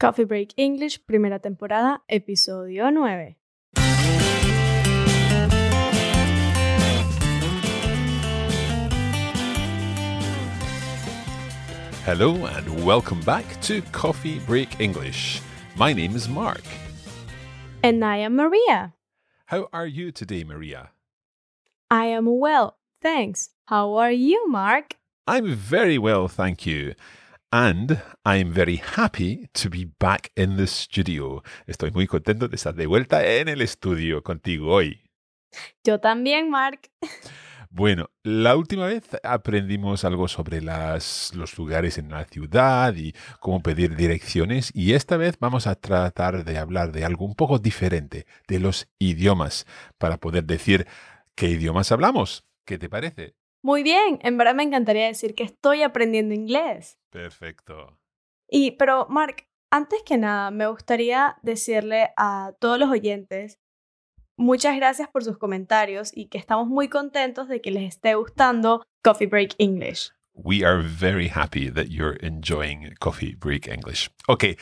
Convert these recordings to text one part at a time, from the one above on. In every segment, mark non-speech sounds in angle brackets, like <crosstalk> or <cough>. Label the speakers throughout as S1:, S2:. S1: Coffee Break English, primera temporada, episodio 9.
S2: Hello and welcome back to Coffee Break English. My name is Mark.
S1: And I am Maria.
S2: How are you today, Maria?
S1: I am well, thanks. How are you, Mark?
S2: I'm very well, thank you. And I'm very happy to be back in the studio. Estoy muy contento de estar de vuelta en el estudio contigo hoy.
S1: Yo también, Mark. <laughs>
S2: Bueno, la última vez aprendimos algo sobre las, los lugares en la ciudad y cómo pedir direcciones y esta vez vamos a tratar de hablar de algo un poco diferente, de los idiomas, para poder decir qué idiomas hablamos. ¿Qué te parece?
S1: Muy bien, en verdad me encantaría decir que estoy aprendiendo inglés.
S2: Perfecto.
S1: Y, pero, Mark, antes que nada, me gustaría decirle a todos los oyentes Muchas gracias por sus comentarios y que estamos muy contentos de que les esté gustando Coffee Break English.
S2: We are very happy that you're enjoying Coffee Break English. Ok,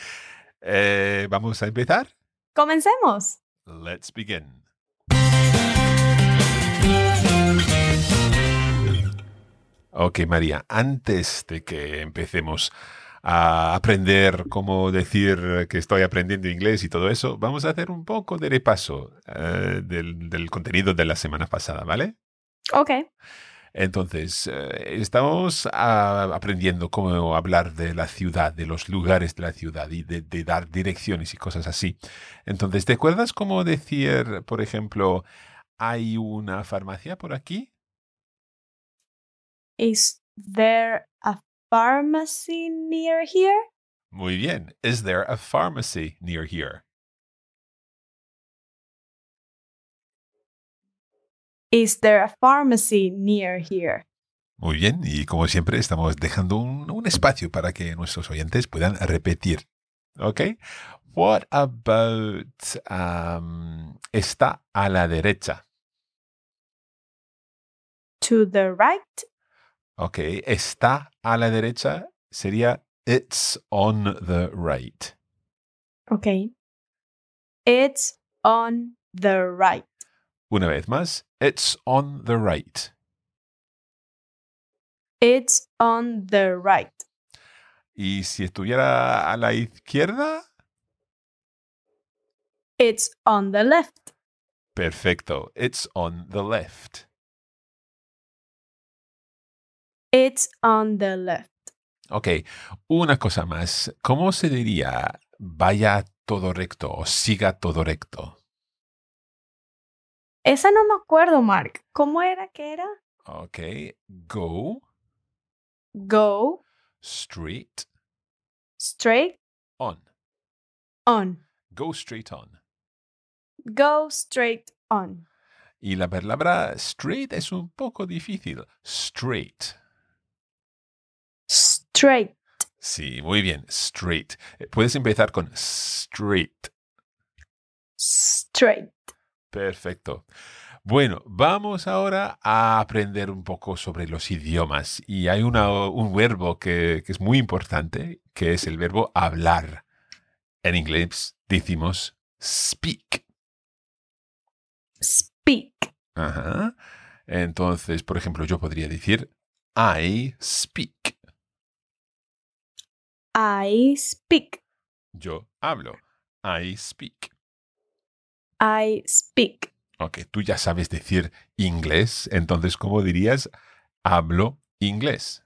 S2: eh, vamos a empezar.
S1: ¡Comencemos!
S2: Let's begin. Ok, María, antes de que empecemos a aprender cómo decir que estoy aprendiendo inglés y todo eso, vamos a hacer un poco de repaso eh, del, del, contenido de la semana pasada, ¿vale?
S1: Ok.
S2: Entonces, eh, estamos a, aprendiendo cómo hablar de la ciudad, de los lugares de la ciudad y de, de dar direcciones y cosas así. Entonces, ¿te acuerdas cómo decir, por ejemplo, hay una farmacia por aquí?
S1: Is there a pharmacy near here?
S2: Muy bien. Is there a pharmacy near here?
S1: Is there a pharmacy near here?
S2: Muy bien, y como siempre estamos dejando un, un espacio para que nuestros oyentes puedan repetir. ¿Ok? What about um, está a la derecha?
S1: To the right
S2: Ok, está a la derecha sería it's on the right.
S1: Ok. It's on the right.
S2: Una vez más, it's on the right.
S1: It's on the right.
S2: ¿Y si estuviera a la izquierda?
S1: It's on the left.
S2: Perfecto. It's on the left.
S1: It's on the left.
S2: Ok, una cosa más. ¿Cómo se diría vaya todo recto o siga todo recto?
S1: Esa no me acuerdo, Mark. ¿Cómo era que era?
S2: Ok, go.
S1: Go.
S2: Straight.
S1: Straight.
S2: On.
S1: On.
S2: Go straight on.
S1: Go straight on.
S2: Y la palabra straight es un poco difícil. Straight.
S1: Straight.
S2: Sí, muy bien. Straight. Eh, Puedes empezar con straight.
S1: Straight.
S2: Perfecto. Bueno, vamos ahora a aprender un poco sobre los idiomas. Y hay una, un verbo que, que es muy importante, que es el verbo hablar. En inglés decimos speak.
S1: Speak.
S2: Ajá. Entonces, por ejemplo, yo podría decir I speak.
S1: I speak.
S2: Yo hablo. I speak.
S1: I speak.
S2: Ok, tú ya sabes decir inglés, entonces, ¿cómo dirías hablo inglés?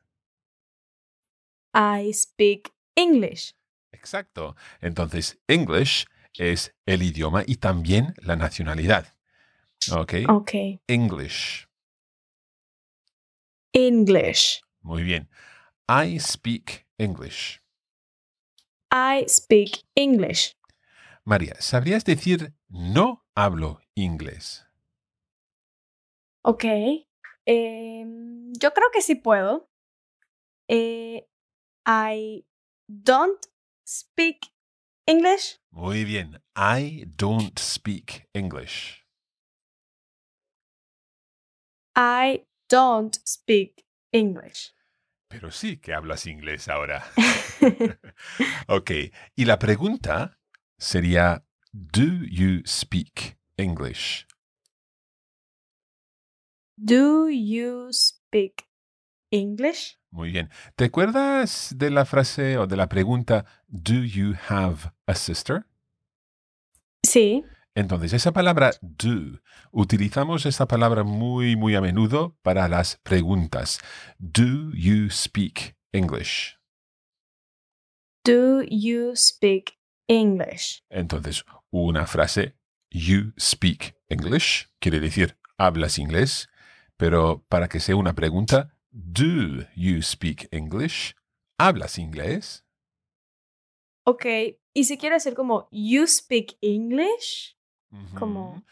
S1: I speak English.
S2: Exacto. Entonces, English es el idioma y también la nacionalidad. Ok,
S1: Ok.
S2: English.
S1: English.
S2: Muy bien. I speak English.
S1: I speak English.
S2: María, ¿sabrías decir no hablo inglés?
S1: Ok. Em, yo creo que sí puedo. Eh, I don't speak English.
S2: Muy bien. I don't speak English.
S1: I don't speak English. <laughs>
S2: Pero sí que hablas inglés ahora. <laughs> ok. Y la pregunta sería, ¿do you speak English?
S1: Do you speak English?
S2: Muy bien. ¿Te acuerdas de la frase o de la pregunta, ¿do you have a sister?
S1: Sí.
S2: Entonces, esa palabra do, utilizamos esta palabra muy, muy a menudo para las preguntas. Do you speak English?
S1: Do you speak English?
S2: Entonces, una frase, you speak English, quiere decir, hablas inglés, pero para que sea una pregunta, do you speak English? ¿Hablas inglés?
S1: Ok. Y si quiero decir como you speak English,
S2: Mm.
S1: como,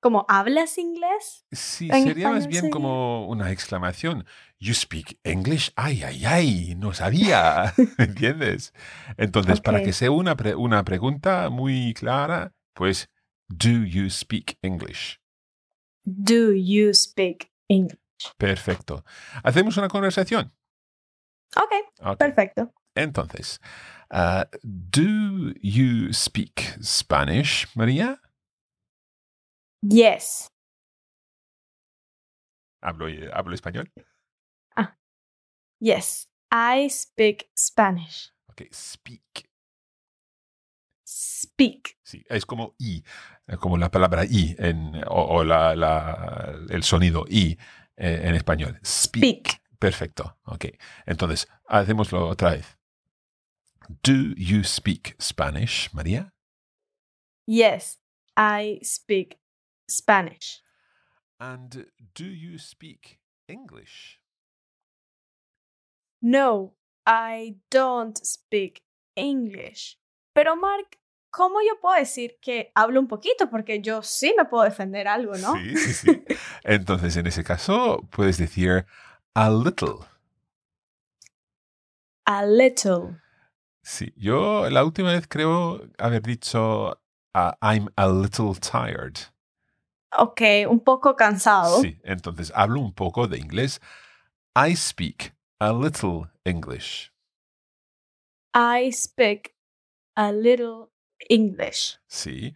S1: como hablas inglés.
S2: Sí,
S1: En
S2: sería más
S1: español
S2: bien
S1: sería-
S2: como una exclamación. You speak English? Ay, ay, ay, no sabía.
S1: <laughs>
S2: ¿Entiendes? Entonces, para
S1: Ok.
S2: que sea una, pre- una pregunta muy clara, pues, ¿do you speak English?
S1: Do you speak English?
S2: Perfecto. Hacemos una conversación.
S1: Ok,
S2: Ok,
S1: perfecto.
S2: Entonces, ah, ¿do you speak Spanish, María?
S1: Yes.
S2: Hablo, eh, hablo español.
S1: Yes. I speak Spanish.
S2: Ok, speak.
S1: Speak.
S2: Sí, es como i, eh, como la palabra i en, o, o la- la- el sonido i eh, en español. Speak.
S1: Speak.
S2: Perfecto. Ok. Entonces, hacémoslo otra vez. Do you speak Spanish, María?
S1: Yes. I speak Spanish.
S2: And do you speak English?
S1: No, I don't speak English. Pero Mark, ¿cómo yo puedo decir que hablo un poquito? Porque yo sí me puedo defender algo, ¿no?
S2: Sí, sí,
S1: <laughs>
S2: sí. Entonces, en ese caso, puedes decir a little.
S1: A little.
S2: Sí, yo la última vez creo haber dicho ah, I'm a little tired.
S1: Ok, un poco cansado.
S2: Sí, entonces hablo un poco de inglés. I speak a little English.
S1: I speak a little English.
S2: Sí.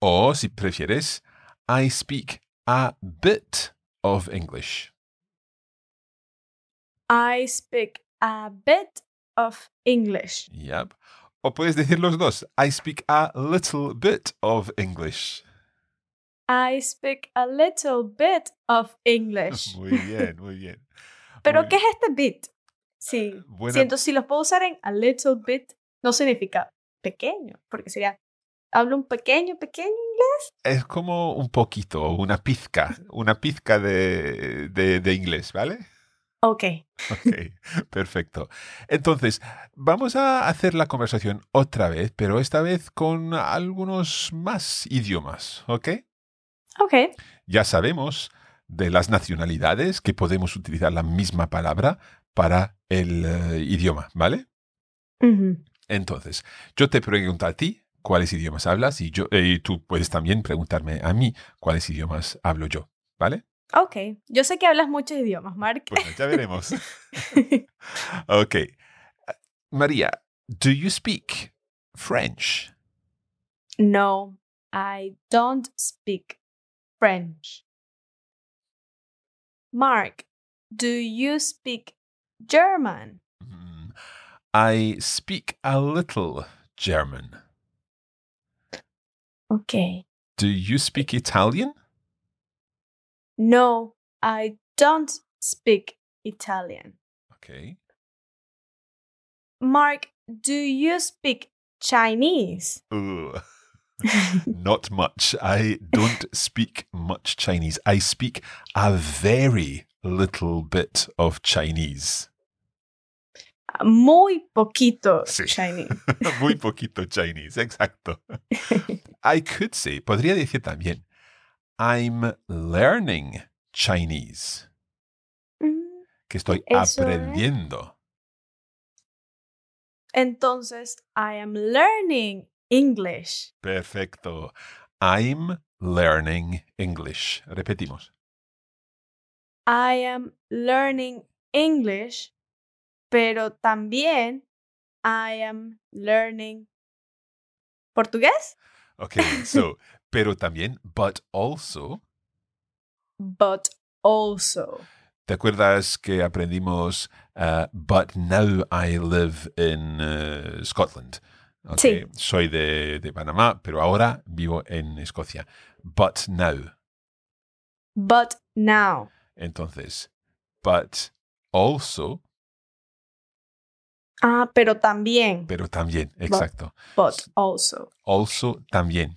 S2: O si prefieres, I speak a bit of English.
S1: I speak a bit of English.
S2: Yep. O puedes decir los dos. I speak a little bit of English. <laughs>
S1: I speak a little bit of English.
S2: Muy bien, muy bien.
S1: Pero
S2: Muy-
S1: ¿qué es este bit? Sí.
S2: Buena-
S1: Siento, si los puedo usar en a little bit, no significa pequeño, porque sería, hablo un pequeño, pequeño inglés.
S2: Es como un poquito, una pizca, una pizca de, de- de inglés, ¿vale? <laughs>
S1: Ok,
S2: Ok, perfecto. Entonces, vamos a hacer la conversación otra vez, pero esta vez con algunos más idiomas, ¿ok?
S1: ok,
S2: Ya sabemos de las nacionalidades que podemos utilizar la misma palabra para el eh, idioma, ¿vale?
S1: ujú,
S2: Entonces, yo te pregunto a ti cuáles idiomas hablas y, yo, eh, y tú puedes también preguntarme a mí cuáles idiomas hablo yo, ¿vale?
S1: ok. Yo sé que hablas muchos idiomas, Mark.
S2: Bueno,
S1: <laughs>
S2: ya veremos. ok. María, Uh, do you speak French?
S1: no, I don't speak French. Mark, do you speak German?
S2: Mm, I speak a little German.
S1: Ok.
S2: Do you speak Italian?
S1: No, I don't speak Italian.
S2: Okay.
S1: Mark, do you speak
S2: <laughs>
S1: Chinese?
S2: Ugh, not much. I don't speak much Chinese. I speak a very little bit of Chinese. <laughs>
S1: Muy poquito
S2: Sí. <laughs>
S1: Chinese.
S2: Muy poquito Chinese, exacto. I could say, podría decir también, I'm learning Chinese,
S1: Mm,
S2: que estoy
S1: Eso es.
S2: aprendiendo.
S1: Entonces, I am learning English.
S2: Perfecto. I'm learning English. Repetimos.
S1: I am learning English, pero también I am learning portugués,
S2: Okay,
S1: <laughs>
S2: so, pero también, but also,
S1: but also.
S2: ¿Te acuerdas que aprendimos uh, But now I live in uh, Scotland? Ok,
S1: Sí.
S2: Soy de, de Panamá, pero ahora vivo en Escocia. But now.
S1: But now.
S2: Entonces, but also,
S1: Ah, pero también.
S2: pero también, exacto.
S1: But also.
S2: Also también.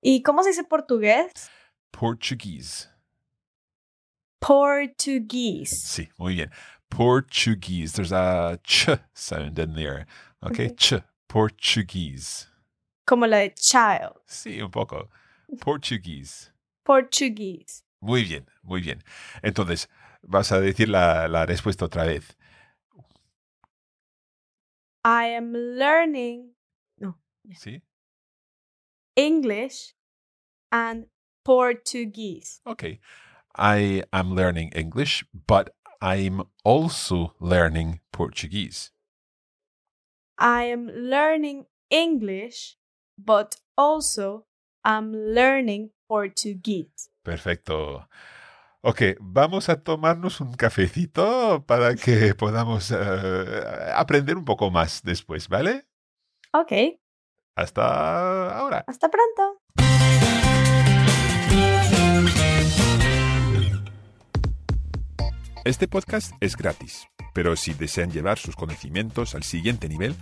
S1: ¿Y cómo se dice portugués?
S2: Portuguese.
S1: Portuguese.
S2: Sí, muy bien. Portuguese. There's a ch sound in there. Okay,
S1: Ok.
S2: ch. Portuguese.
S1: Como la de child.
S2: Sí, un poco. Portuguese.
S1: Portuguese.
S2: Muy bien, muy bien. Entonces, vas a decir la, la respuesta otra vez.
S1: I am learning
S2: ¿Sí?
S1: English and Portuguese.
S2: Ok. I am learning English, but I'm also learning Portuguese.
S1: I am learning English, but also I'm learning Portuguese.
S2: Perfecto. Ok, vamos a tomarnos un cafecito para que podamos eh, aprender un poco más después, ¿vale?
S1: Ok,
S2: Hasta ahora.
S1: hasta pronto.
S2: Este podcast es gratis, pero si desean llevar sus conocimientos al siguiente nivel,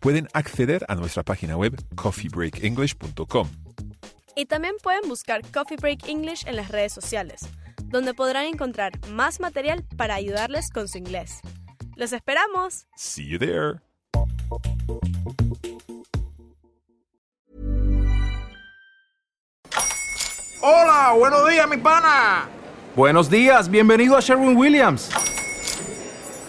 S2: pueden acceder a nuestra página web coffeebreakenglish.com.
S1: Y también pueden buscar Coffee Break English en las redes sociales, donde podrán encontrar más material para ayudarles con su inglés. ¡Los esperamos!
S2: See you there.
S3: Hola, buenos días, mi pana.
S4: Buenos días, bienvenido a Sherwin Williams.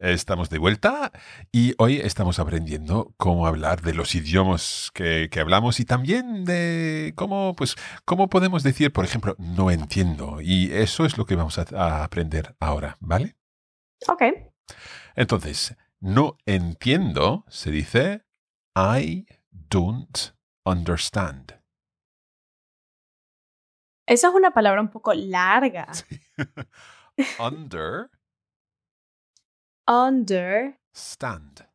S2: Estamos de vuelta y hoy estamos aprendiendo cómo hablar de los idiomas que, que hablamos y también de cómo, pues, cómo podemos decir, por ejemplo, no entiendo. Y eso es lo que vamos a, a aprender ahora, ¿vale?
S1: Ok.
S2: Entonces, no entiendo se dice I don't understand.
S1: Esa es una palabra un poco larga.
S2: Understand.
S1: Understand.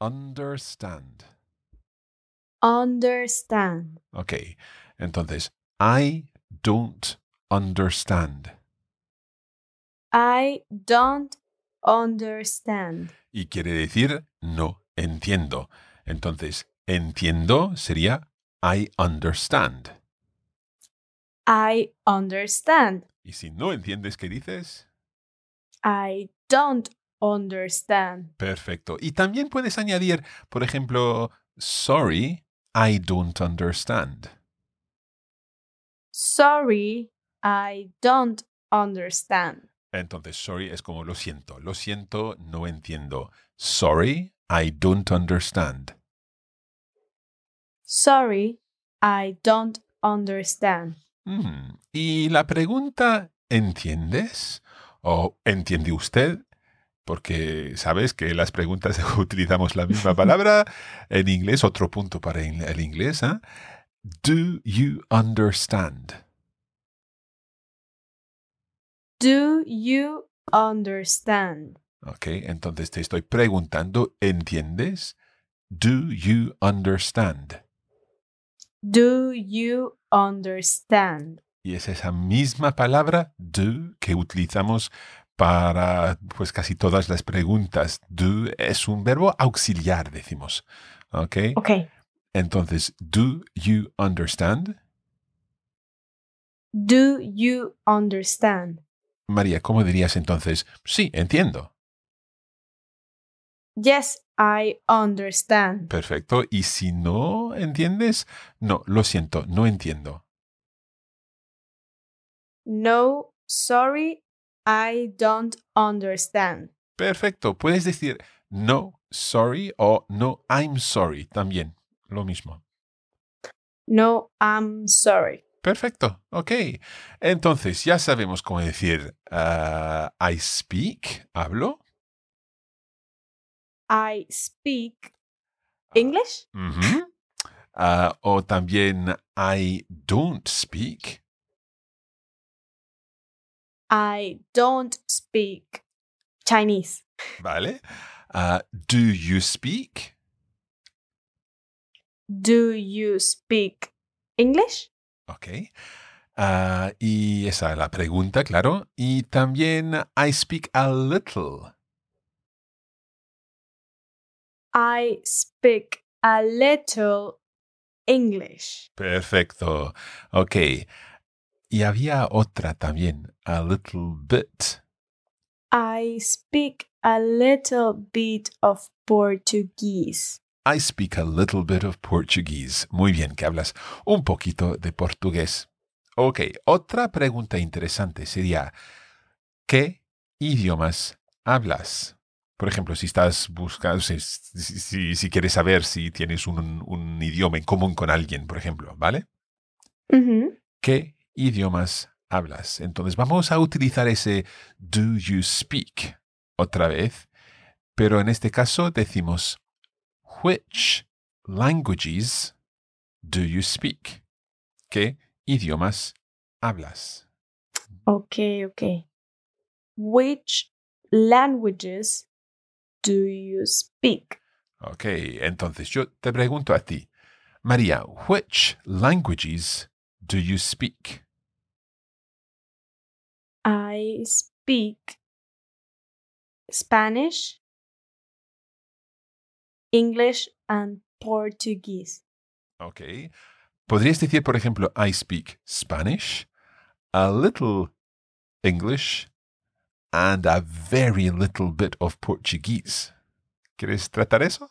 S2: Understand.
S1: Understand.
S2: Ok. Entonces, I don't understand.
S1: I don't understand.
S2: y quiere decir no entiendo. Entonces, entiendo sería I understand.
S1: I understand.
S2: Y si no entiendes qué dices,
S1: I don't understand.
S2: perfecto. Y también puedes añadir, por ejemplo, sorry, I don't understand.
S1: Sorry, I don't understand.
S2: Entonces, sorry es como lo siento, lo siento, no entiendo. Sorry, I don't understand.
S1: Sorry, I don't understand.
S2: Mm, Y la pregunta, ¿entiendes? ¿O entiende usted? Porque sabes que las preguntas <laughs> utilizamos la misma palabra en inglés, otro punto para in- el inglés. ¿eh? Do you understand?
S1: Do you understand?
S2: Ok, entonces te estoy preguntando, ¿entiendes? Do you understand?
S1: Do you understand?
S2: Y es esa misma palabra, do, que utilizamos para pues casi todas las preguntas. Do es un verbo auxiliar, decimos. ¿Ok?
S1: Ok.
S2: Entonces, do you understand?
S1: Do you understand?
S2: María, ¿cómo dirías entonces? Sí, entiendo.
S1: Yes, I understand.
S2: Perfecto. Y si no entiendes, no, lo siento, no entiendo.
S1: No, sorry, I don't understand.
S2: Perfecto. Puedes decir no, sorry o no, I'm sorry también. Lo mismo.
S1: No, I'm sorry.
S2: Perfecto. Ok. Entonces, ya sabemos cómo decir ah, I speak, hablo.
S1: I speak English.
S2: Ujú. Ah, o también I don't speak.
S1: I don't speak Chinese.
S2: Vale. Ah, do you speak?
S1: Do you speak English?
S2: Ok. Ah, y esa es la pregunta, claro. Y también I speak a little.
S1: I speak a little English.
S2: Perfecto. Ok. Y había otra también, a little bit.
S1: I speak a little bit of Portuguese.
S2: I speak a little bit of Portuguese. Muy bien, que hablas un poquito de portugués. Ok, otra pregunta interesante sería, ¿qué idiomas hablas? Por ejemplo, si estás buscando, si, si- si- si quieres saber si tienes un, un idioma en común con alguien, por ejemplo, ¿vale?
S1: Ujú.
S2: ¿Qué idiomas hablas? Entonces vamos a utilizar ese do you speak otra vez, pero en este caso decimos which languages do you speak? ¿Qué idiomas hablas?
S1: Okay, okay. Which languages do you speak?
S2: Ok, entonces yo te pregunto a ti, María, which languages do you speak?
S1: I speak Spanish, English, and Portuguese.
S2: Ok. Podrías decir, por ejemplo, I speak Spanish, a little English, and a very little bit of Portuguese. ¿Quieres tratar eso?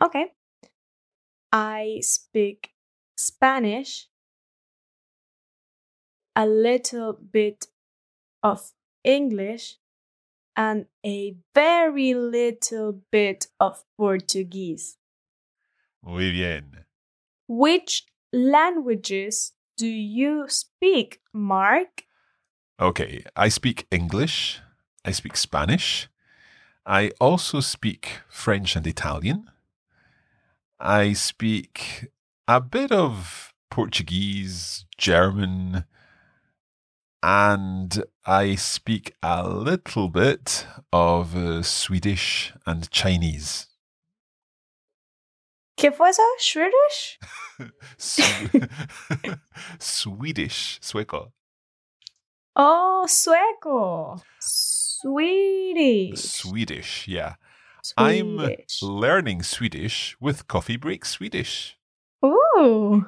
S1: Okay. I speak Spanish, a little bit of English, and a very little bit of Portuguese.
S2: Muy bien.
S1: Which languages do you speak, Mark?
S2: Ok. I speak English. I speak Spanish. I also speak French and Italian. I speak a bit of Portuguese, German, and I speak a little bit of uh, Swedish and Chinese.
S1: ¿Qué fue eso? Swedish?
S2: Sw- <laughs> Swedish, sueco.
S1: Oh, sueco. Swedish.
S2: Swedish, yeah. I'm
S1: Swedish.
S2: learning Swedish with Coffee Break Swedish.
S1: Ooh.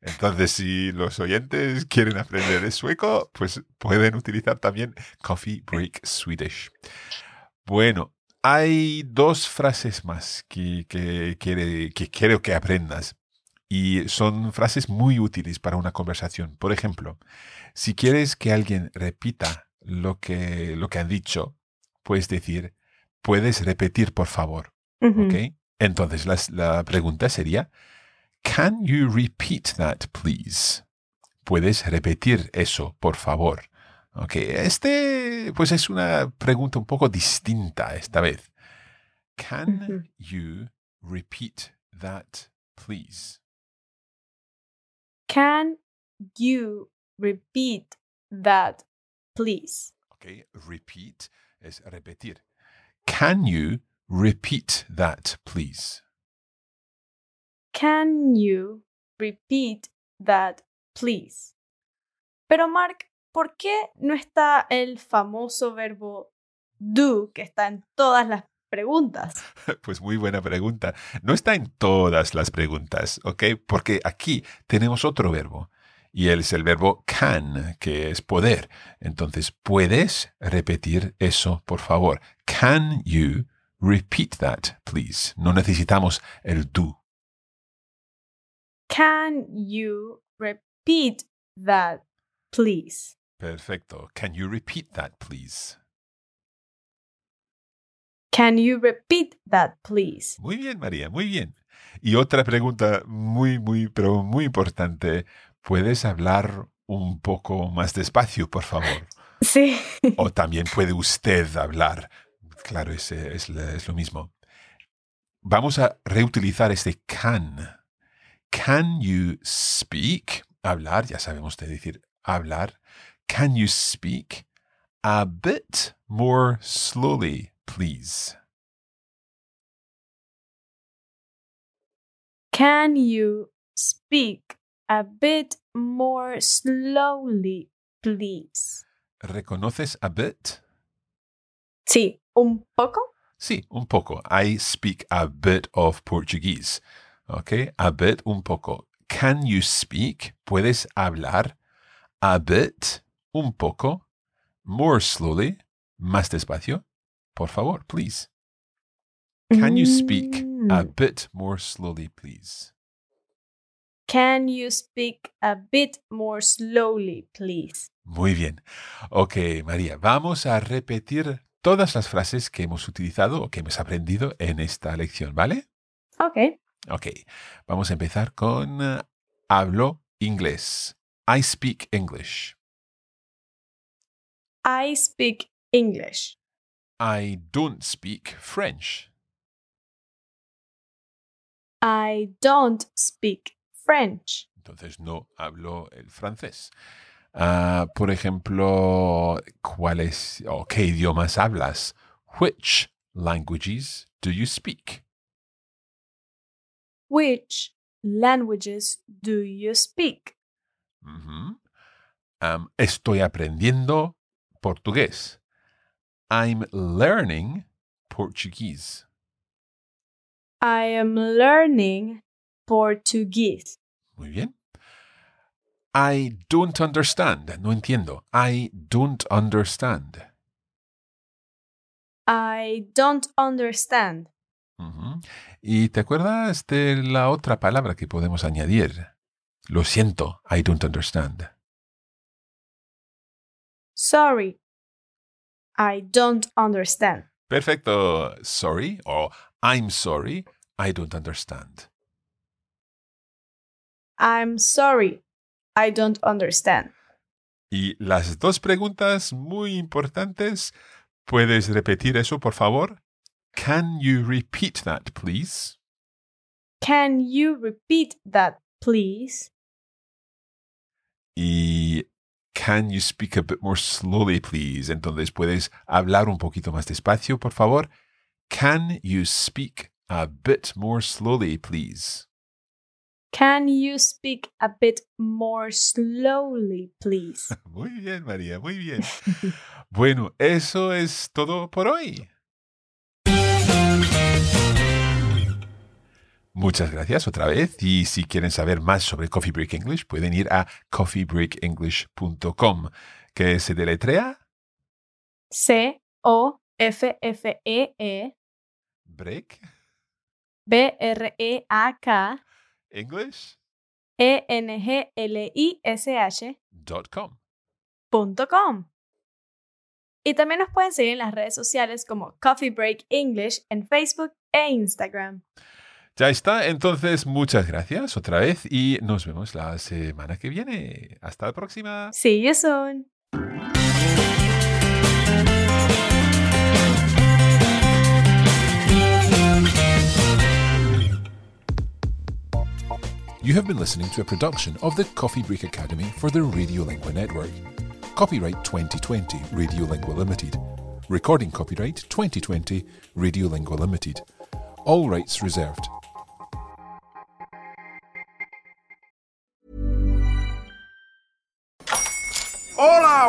S2: Entonces, si los oyentes quieren aprender el sueco, pues pueden utilizar también Coffee Break Swedish. Bueno, hay dos frases más que, que, quiere- que quiero que aprendas. Y son frases muy útiles para una conversación. Por ejemplo, si quieres que alguien repita lo que, lo que han dicho, puedes decir, puedes repetir, por favor.
S1: Ujú.
S2: ¿Ok? Entonces las- la pregunta sería, can you repeat that, please? ¿Puedes repetir eso, por favor? Ok, este pues es una pregunta un poco distinta esta vez.
S1: Ujú.
S2: Can you repeat that, please?
S1: Can you repeat that, please?
S2: Ok, repeat es repetir. Can you repeat that, please?
S1: Can you repeat that, please? Pero Mark, ¿por qué no está el famoso verbo do que está en todas las preguntas?
S2: <laughs> Pues muy buena pregunta. No está en todas las preguntas, ¿ok? Porque aquí tenemos otro verbo. Y él es el verbo can, que es poder. Entonces, ¿puedes repetir eso, por favor? Can you repeat that, please? No necesitamos el do.
S1: Can you repeat that, please?
S2: Perfecto. Can you repeat that, please?
S1: Can you repeat that, please?
S2: Muy bien, María, muy bien. Y otra pregunta muy, muy, pero muy importante. ¿Puedes hablar un poco más despacio, por favor?
S1: <laughs> Sí.
S2: O también puede usted hablar. Claro, es, eh, es la- es lo mismo. Vamos a reutilizar este can. Can you speak? Hablar, ya sabemos de decir hablar. Can you speak a bit more slowly, please?
S1: Can you speak a bit more slowly, please?
S2: ¿Reconoces a bit?
S1: Sí, un poco.
S2: Sí, un poco. I speak a bit of Portuguese. Ok, a bit, un poco. Can you speak? Puedes hablar a bit, un poco, more slowly, más despacio. Por favor, please. Can you speak a
S1: Mm.
S2: bit more slowly, please?
S1: Can you speak a bit more slowly, please?
S2: Muy bien. Ok, María, vamos a repetir todas las frases que hemos utilizado o que hemos aprendido en esta lección, ¿vale?
S1: Okay.
S2: Ok, vamos a empezar con eh, hablo inglés. I speak English.
S1: I speak English.
S2: I don't speak French.
S1: I don't speak French.
S2: Entonces no hablo el francés. Ah, por ejemplo, ¿cuáles o qué idiomas hablas? Which languages do you speak?
S1: Which languages do you speak?
S2: Ujú. Am, estoy aprendiendo portugués. I'm learning Portuguese.
S1: I am learning Portuguese.
S2: Muy bien. I don't understand. No entiendo. I don't understand.
S1: I don't understand.
S2: Ujú. ¿Y te acuerdas de la otra palabra que podemos añadir? Lo siento. I don't understand.
S1: Sorry. I don't understand.
S2: Perfecto. Sorry o I'm sorry. I don't understand.
S1: I'm sorry. I don't understand.
S2: Y las dos preguntas muy importantes. ¿Puedes repetir eso, por favor? Can you repeat that, please?
S1: Can you repeat that, please?
S2: Y can you speak a bit more slowly, please? Entonces, ¿puedes hablar un poquito más despacio, por favor? Can you speak a bit more slowly, please?
S1: Can you speak a bit more slowly, please?
S2: Muy bien, María, muy bien. bueno, eso es todo por hoy. Muchas gracias otra vez y si quieren saber más sobre Coffee Break English pueden ir a coffeebreakenglish.com que se deletrea
S1: C O F F E E
S2: break
S1: B R E A K
S2: English
S1: E N G L I S H
S2: www.ecosystemsolutions.com.
S1: punto com. Y también nos pueden seguir en las redes sociales como Coffee Break English en Facebook e Instagram.
S2: Ya está, entonces muchas gracias otra vez y nos vemos la semana que viene. Hasta la próxima.
S1: See you soon.
S2: You have been listening to a production of the Coffee Break Academy for the Radiolingua Network. Copyright 2020 Radiolingua Limited. Recording copyright 2020 Radiolingua Limited. All rights reserved.
S3: Hola,